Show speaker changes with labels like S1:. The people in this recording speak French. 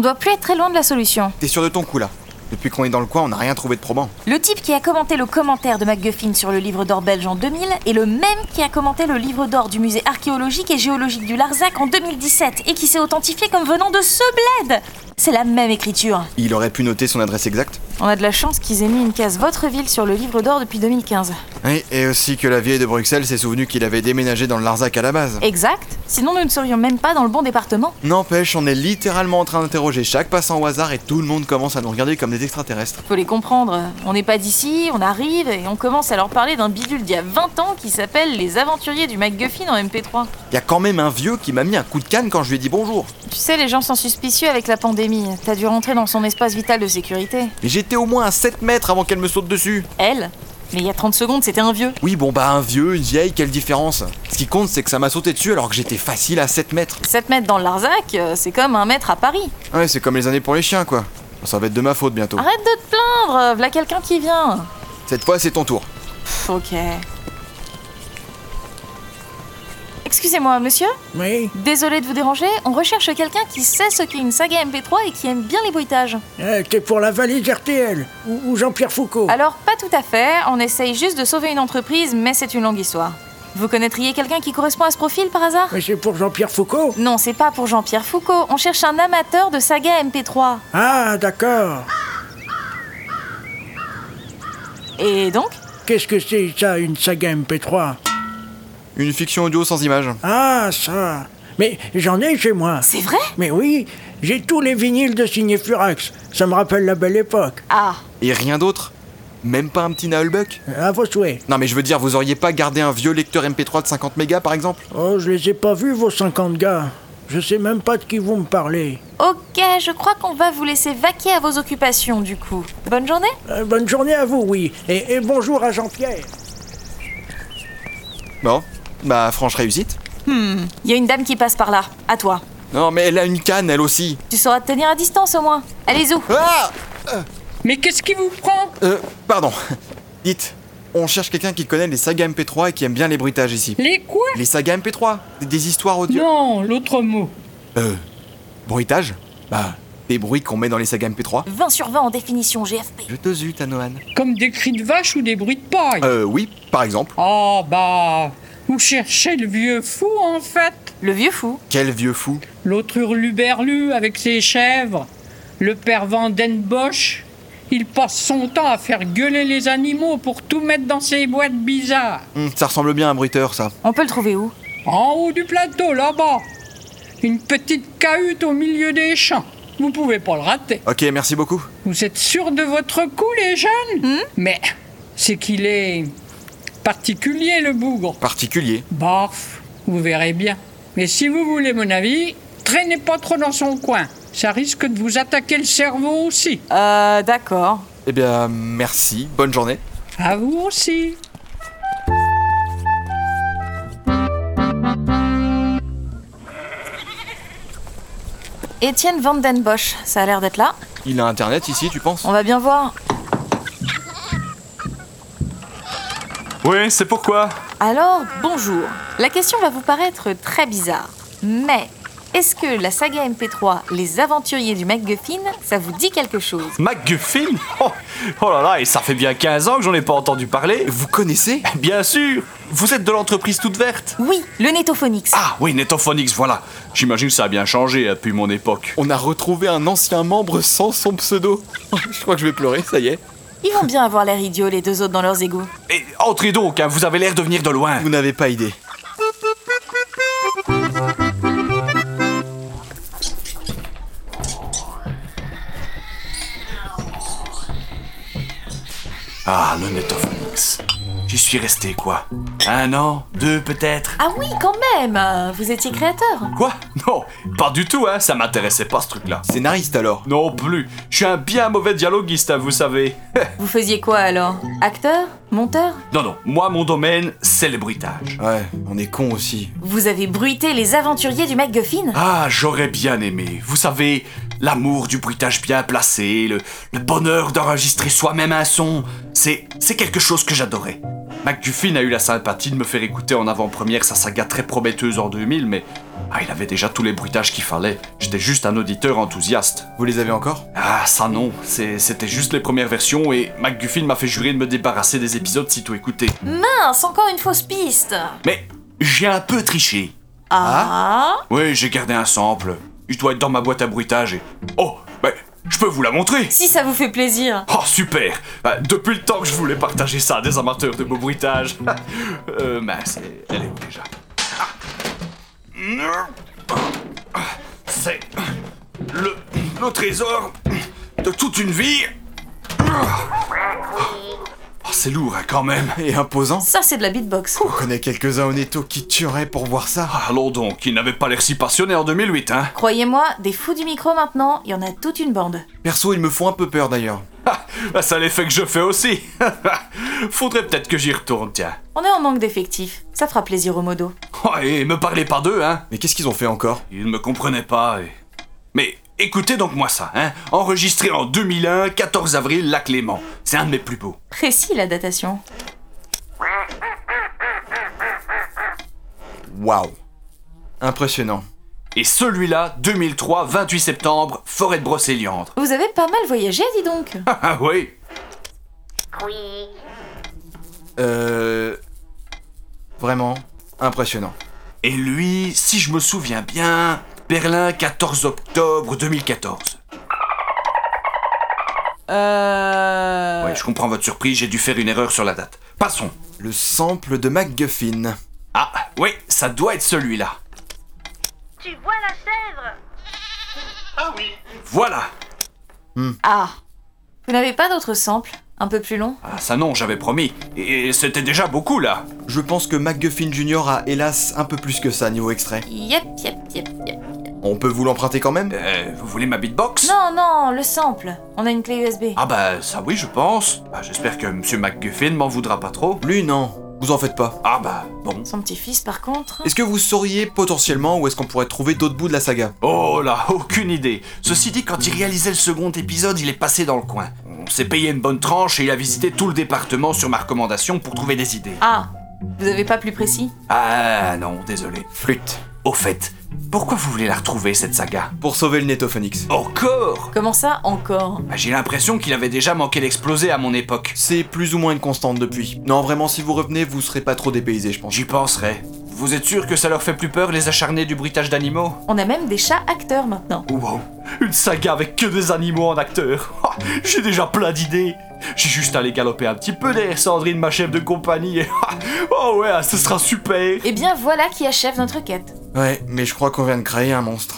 S1: doit plus être très loin de la solution.
S2: T'es sûr de ton coup là Depuis qu'on est dans le coin, on n'a rien trouvé de probant.
S1: Le type qui a commenté le commentaire de MacGuffin sur le livre d'or belge en 2000 est le même qui a commenté le livre d'or du musée archéologique et géologique du Larzac en 2017 et qui s'est authentifié comme venant de ce bled C'est la même écriture.
S2: Il aurait pu noter son adresse exacte
S1: On a de la chance qu'ils aient mis une case Votre ville sur le livre d'or depuis 2015.
S2: Oui, et aussi que la vieille de Bruxelles s'est souvenu qu'il avait déménagé dans le Larzac à la base.
S1: Exact, sinon nous ne serions même pas dans le bon département.
S2: N'empêche, on est littéralement en train d'interroger chaque passant au hasard et tout le monde commence à nous regarder comme des extraterrestres.
S1: Faut les comprendre. On n'est pas d'ici, on arrive et on commence à leur parler d'un bidule d'il y a 20 ans qui s'appelle Les Aventuriers du MacGuffin en MP3.
S2: Y a quand même un vieux qui m'a mis un coup de canne quand je lui ai dit bonjour.
S1: Tu sais, les gens sont suspicieux avec la pandémie. T'as dû rentrer dans son espace vital de sécurité.
S2: Mais j'étais au moins à 7 mètres avant qu'elle me saute dessus.
S1: Elle Mais il y a 30 secondes, c'était un vieux.
S2: Oui, bon bah un vieux, une vieille, quelle différence Ce qui compte, c'est que ça m'a sauté dessus alors que j'étais facile à 7 mètres.
S1: 7 mètres dans le Larzac, euh, c'est comme un mètre à Paris.
S2: Ouais, c'est comme les années pour les chiens quoi. Ça va être de ma faute bientôt.
S1: Arrête de te plaindre, euh, voilà quelqu'un qui vient.
S2: Cette fois, c'est ton tour.
S1: Pff, ok. Excusez-moi, monsieur
S3: Oui,
S1: Désolé de vous déranger, on recherche quelqu'un qui sait ce qu'est une saga MP3 et qui aime bien les bruitages.
S3: euh, t'es pour la valise RTL ou, ou Jean-Pierre Foucault.
S1: Alors, pas tout à fait, on essaye juste de sauver une entreprise, mais c'est une longue histoire. Vous connaîtriez quelqu'un qui correspond à ce profil par hasard
S3: Mais c'est pour Jean-Pierre Foucault
S1: Non, c'est pas pour Jean-Pierre Foucault, on cherche un amateur de saga MP3.
S3: Ah, d'accord.
S1: Et donc
S3: Qu'est-ce que c'est ça, une saga MP3
S2: Une fiction audio sans image.
S3: Ah, ça. Mais j'en ai chez moi.
S1: C'est vrai
S3: Mais oui, j'ai tous les vinyles de signé Furax. Ça me rappelle la belle époque.
S1: Ah,
S2: Et rien d'autre Même pas un petit Naulbuck
S3: À vos souhaits.
S2: Non mais je veux dire, vous auriez pas gardé un vieux lecteur MP3 de 50 mégas par exemple
S3: Oh, je les ai pas vus, vos 50 gars. Je sais même pas de qui vous me parlez.
S1: ok, je crois qu'on va vous laisser vaquer à vos occupations du coup. Bonne journée
S3: Euh, bonne journée à vous, oui. Et, et bonjour à Jean-Pierre.
S2: Bon, bah franche réussite.
S1: Il y a une dame qui passe par là, à toi.
S2: Non mais elle a une canne elle aussi.
S1: Tu sauras te tenir à distance au moins. Allez, zou
S2: Ah
S4: Mais qu'est-ce qui vous prend
S2: Euh, pardon. Dites, on cherche quelqu'un qui connaît les sagas MP3 et qui aime bien les bruitages ici.
S4: Les quoi
S2: Les sagas MP3 Des, des histoires audio
S4: Non, l'autre mot.
S2: Euh, bruitage Bah, des bruits qu'on met dans les sagas MP3.
S1: 20 sur 20 en définition GFP.
S2: Je te zute, Anohan.
S4: Comme des cris de vache ou des bruits de paille.
S2: Euh, oui, par exemple.
S4: Oh bah, vous cherchez le vieux fou en fait.
S1: Le vieux fou.
S2: Quel vieux fou.
S4: L'autre hurluberlu avec ses chèvres. Le père Vandenbosch. Il passe son temps à faire gueuler les animaux pour tout mettre dans ces boîtes bizarres.
S2: Hum, ça ressemble bien à un bruiteur, ça.
S1: On peut le trouver où
S4: En haut du plateau, là-bas. Une petite cahute au milieu des champs. Vous pouvez pas le rater.
S2: Ok, merci beaucoup.
S4: Vous êtes sûr de votre coup, les jeunes Mais c'est qu'il est particulier, le bougre.
S2: Particulier.
S4: Barf, vous verrez bien. Mais si vous voulez mon avis, traînez pas trop dans son coin. Ça risque de vous attaquer le cerveau aussi.
S1: Euh, d'accord.
S2: Eh bien, merci. Bonne journée.
S4: À vous aussi.
S1: Étienne Van Den Bosch, ça a l'air d'être là.
S2: Il a internet ici, tu penses
S1: On va bien voir.
S5: Oui, c'est pourquoi.
S1: Alors, bonjour. La question va vous paraître très bizarre. Mais est-ce que la saga MP3 Les Aventuriers du MacGuffin, ça vous dit quelque chose
S5: MacGuffin oh, oh là là, et ça fait bien 15 ans que j'en ai pas entendu parler.
S2: Vous connaissez
S5: Bien sûr Vous êtes de l'entreprise toute verte
S1: Oui, le Netophonix.
S5: Ah oui, Netophonix, voilà. J'imagine que ça a bien changé euh, depuis mon époque.
S2: On a retrouvé un ancien membre sans son pseudo. je crois que je vais pleurer, ça y est.
S1: Ils vont bien avoir l'air idiots les deux autres dans leurs égouts.
S5: Et entrez donc, hein, vous avez l'air de venir de loin.
S2: Vous n'avez pas idée.
S5: Ah, le Netophonix. J'y suis resté quoi Un an Deux peut-être
S1: Ah oui, quand même euh, Vous étiez créateur
S5: Quoi Non, pas du tout, hein, ça m'intéressait pas ce truc-là.
S2: Scénariste alors
S5: Non plus, je suis un bien mauvais dialoguiste, hein, vous savez.
S1: Vous faisiez quoi alors Acteur Monteur
S5: non, non, moi mon domaine, c'est le bruitage.
S2: Ouais, on est con aussi.
S1: Vous avez bruité les aventuriers du MacGuffin
S5: Ah, j'aurais bien aimé. Vous savez, l'amour du bruitage bien placé, le, le bonheur d'enregistrer soi-même un son, c'est c'est quelque chose que j'adorais. MacGuffin a eu la sympathie de me faire écouter en avant-première sa saga très prometteuse en 2000, mais ah, il avait déjà tous les bruitages qu'il fallait. J'étais juste un auditeur enthousiaste.
S2: Vous les avez encore
S5: Ah, ça non, C'est- c'était juste les premières versions et MacGuffin m'a fait jurer de me débarrasser des épisodes sitôt écoutés.
S1: Mince, encore une fausse piste
S5: Mais j'ai un peu triché.
S1: Ah,
S5: Oui, j'ai gardé un sample. Il doit être dans ma boîte à bruitage et. Oh, bah, je peux vous la montrer
S1: Si ça vous fait plaisir
S5: Oh, super Bah, Depuis le temps que je voulais partager ça à des amateurs de beau bruitage. euh, mince, elle est où déjà Ah. C'est. Le, le trésor de toute une vie Oh, C'est lourd hein, quand même
S2: Et imposant
S1: Ça, c'est de la beatbox.
S2: On connaît quelques-uns honnêtes qui tueraient pour voir ça.
S5: Ah, Allons donc, il n'avait pas l'air si passionné en 2008, hein
S1: Croyez-moi, des fous du micro maintenant, il y en a toute une bande.
S2: Perso, ils me font un peu peur d'ailleurs.
S5: Ah, bah, ça l'effet que je fais aussi Faudrait peut-être que j'y retourne, tiens.
S1: On est en manque d'effectifs, ça fera plaisir aux modos.
S5: Oh, et me parlez pas d'eux, hein
S2: Mais qu'est-ce qu'ils ont fait encore
S5: Il ne me comprenait pas. et- Mais écoutez donc moi ça, hein. Enregistré en 2001, 14 avril, lac Léman. C'est un de mes plus beaux.
S1: Précis la datation.
S2: Waouh Impressionnant.
S5: Et celui-là, 2003, 28 septembre, forêt de Brocéliande.
S1: Vous avez pas mal voyagé, dis donc
S5: Ah ah oui.
S2: Euh... Vraiment impressionnant.
S5: Et lui, si je me souviens bien, Berlin, 14 octobre 2014.
S1: Euh...
S5: Ouais, je comprends votre surprise, j'ai dû faire une erreur sur la date. Passons.
S2: Le sample de MacGuffin.
S5: Ah oui, ça doit être celui-là.
S6: Tu vois la chèvre
S5: Voilà.
S1: Ah Vous n'avez pas d'autres samples Un peu plus long
S5: Ah ça non, j'avais promis. Et c'était déjà beaucoup là.
S2: Je pense que MacGuffin Junior a hélas un peu plus que ça niveau extrait.
S1: Yep, yep, yep, yep.
S2: On peut vous l'emprunter quand même
S5: Euh, vous voulez ma beatbox
S1: Non, non, le sample. On a une clé USB.
S5: Ah bah ça oui je pense. Bah, J'espère que Monsieur McGuffin m'en voudra pas trop.
S2: Lui non, vous en faites pas.
S5: Ah bah bon.
S1: Son petit-fils, par contre.
S2: Est-ce que vous sauriez potentiellement où est-ce qu'on pourrait trouver d'autres bouts de la saga
S5: Oh là, aucune idée. Ceci dit, quand il réalisait le second épisode, il est passé dans le coin. On s'est payé une bonne tranche et il a visité tout le département sur ma recommandation pour trouver des idées.
S1: Ah, vous avez pas plus précis
S5: Ah non, désolé.
S2: Flûte.
S5: Au fait, pourquoi vous voulez la retrouver cette saga
S2: Pour sauver le Netophonix.
S5: Encore
S1: Comment ça, encore
S5: Bah, J'ai l'impression qu'il avait déjà manqué l'explosé à mon époque.
S2: C'est plus ou moins une constante depuis. Non, vraiment, si vous revenez, vous serez pas trop dépaysé, je pense.
S5: J'y penserai. Vous êtes sûr que ça leur fait plus peur les acharnés du bruitage d'animaux
S1: On a même des chats acteurs maintenant.
S5: Oh, Wow, une saga avec que des animaux en acteurs. Ah, J'ai déjà plein d'idées. J'ai juste à les galoper un petit peu derrière Sandrine, ma chef de compagnie. et ah, oh ouais, ce sera super.
S1: Eh bien, voilà qui achève notre quête.
S2: Ouais, mais je crois qu'on vient de créer un monstre.